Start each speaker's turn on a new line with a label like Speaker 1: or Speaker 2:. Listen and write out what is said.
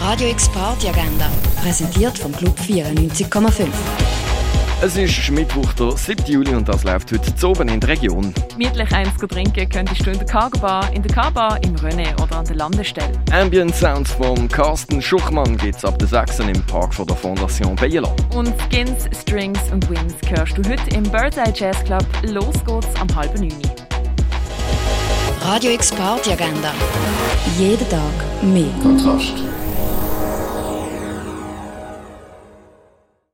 Speaker 1: Radio X Party Agenda, präsentiert vom Club 94,5.
Speaker 2: Es ist Mittwoch, der 7. Juli und das läuft heute zu oben in der Region.
Speaker 3: Mietlich eins trinken könntest du in der Cargo Bar, in der K-Bar, im René oder an der Landestelle.
Speaker 2: Ambient Sounds von Carsten Schuchmann gibt's ab der 6. im Park von der Fondation Bayerland.
Speaker 3: Und Skins, Strings und Wings hörst du heute im Birdseye Jazz Club. Los geht's am halben Neuni.
Speaker 1: Radio X Party Agenda. Jeden Tag mehr.
Speaker 4: Kontrast.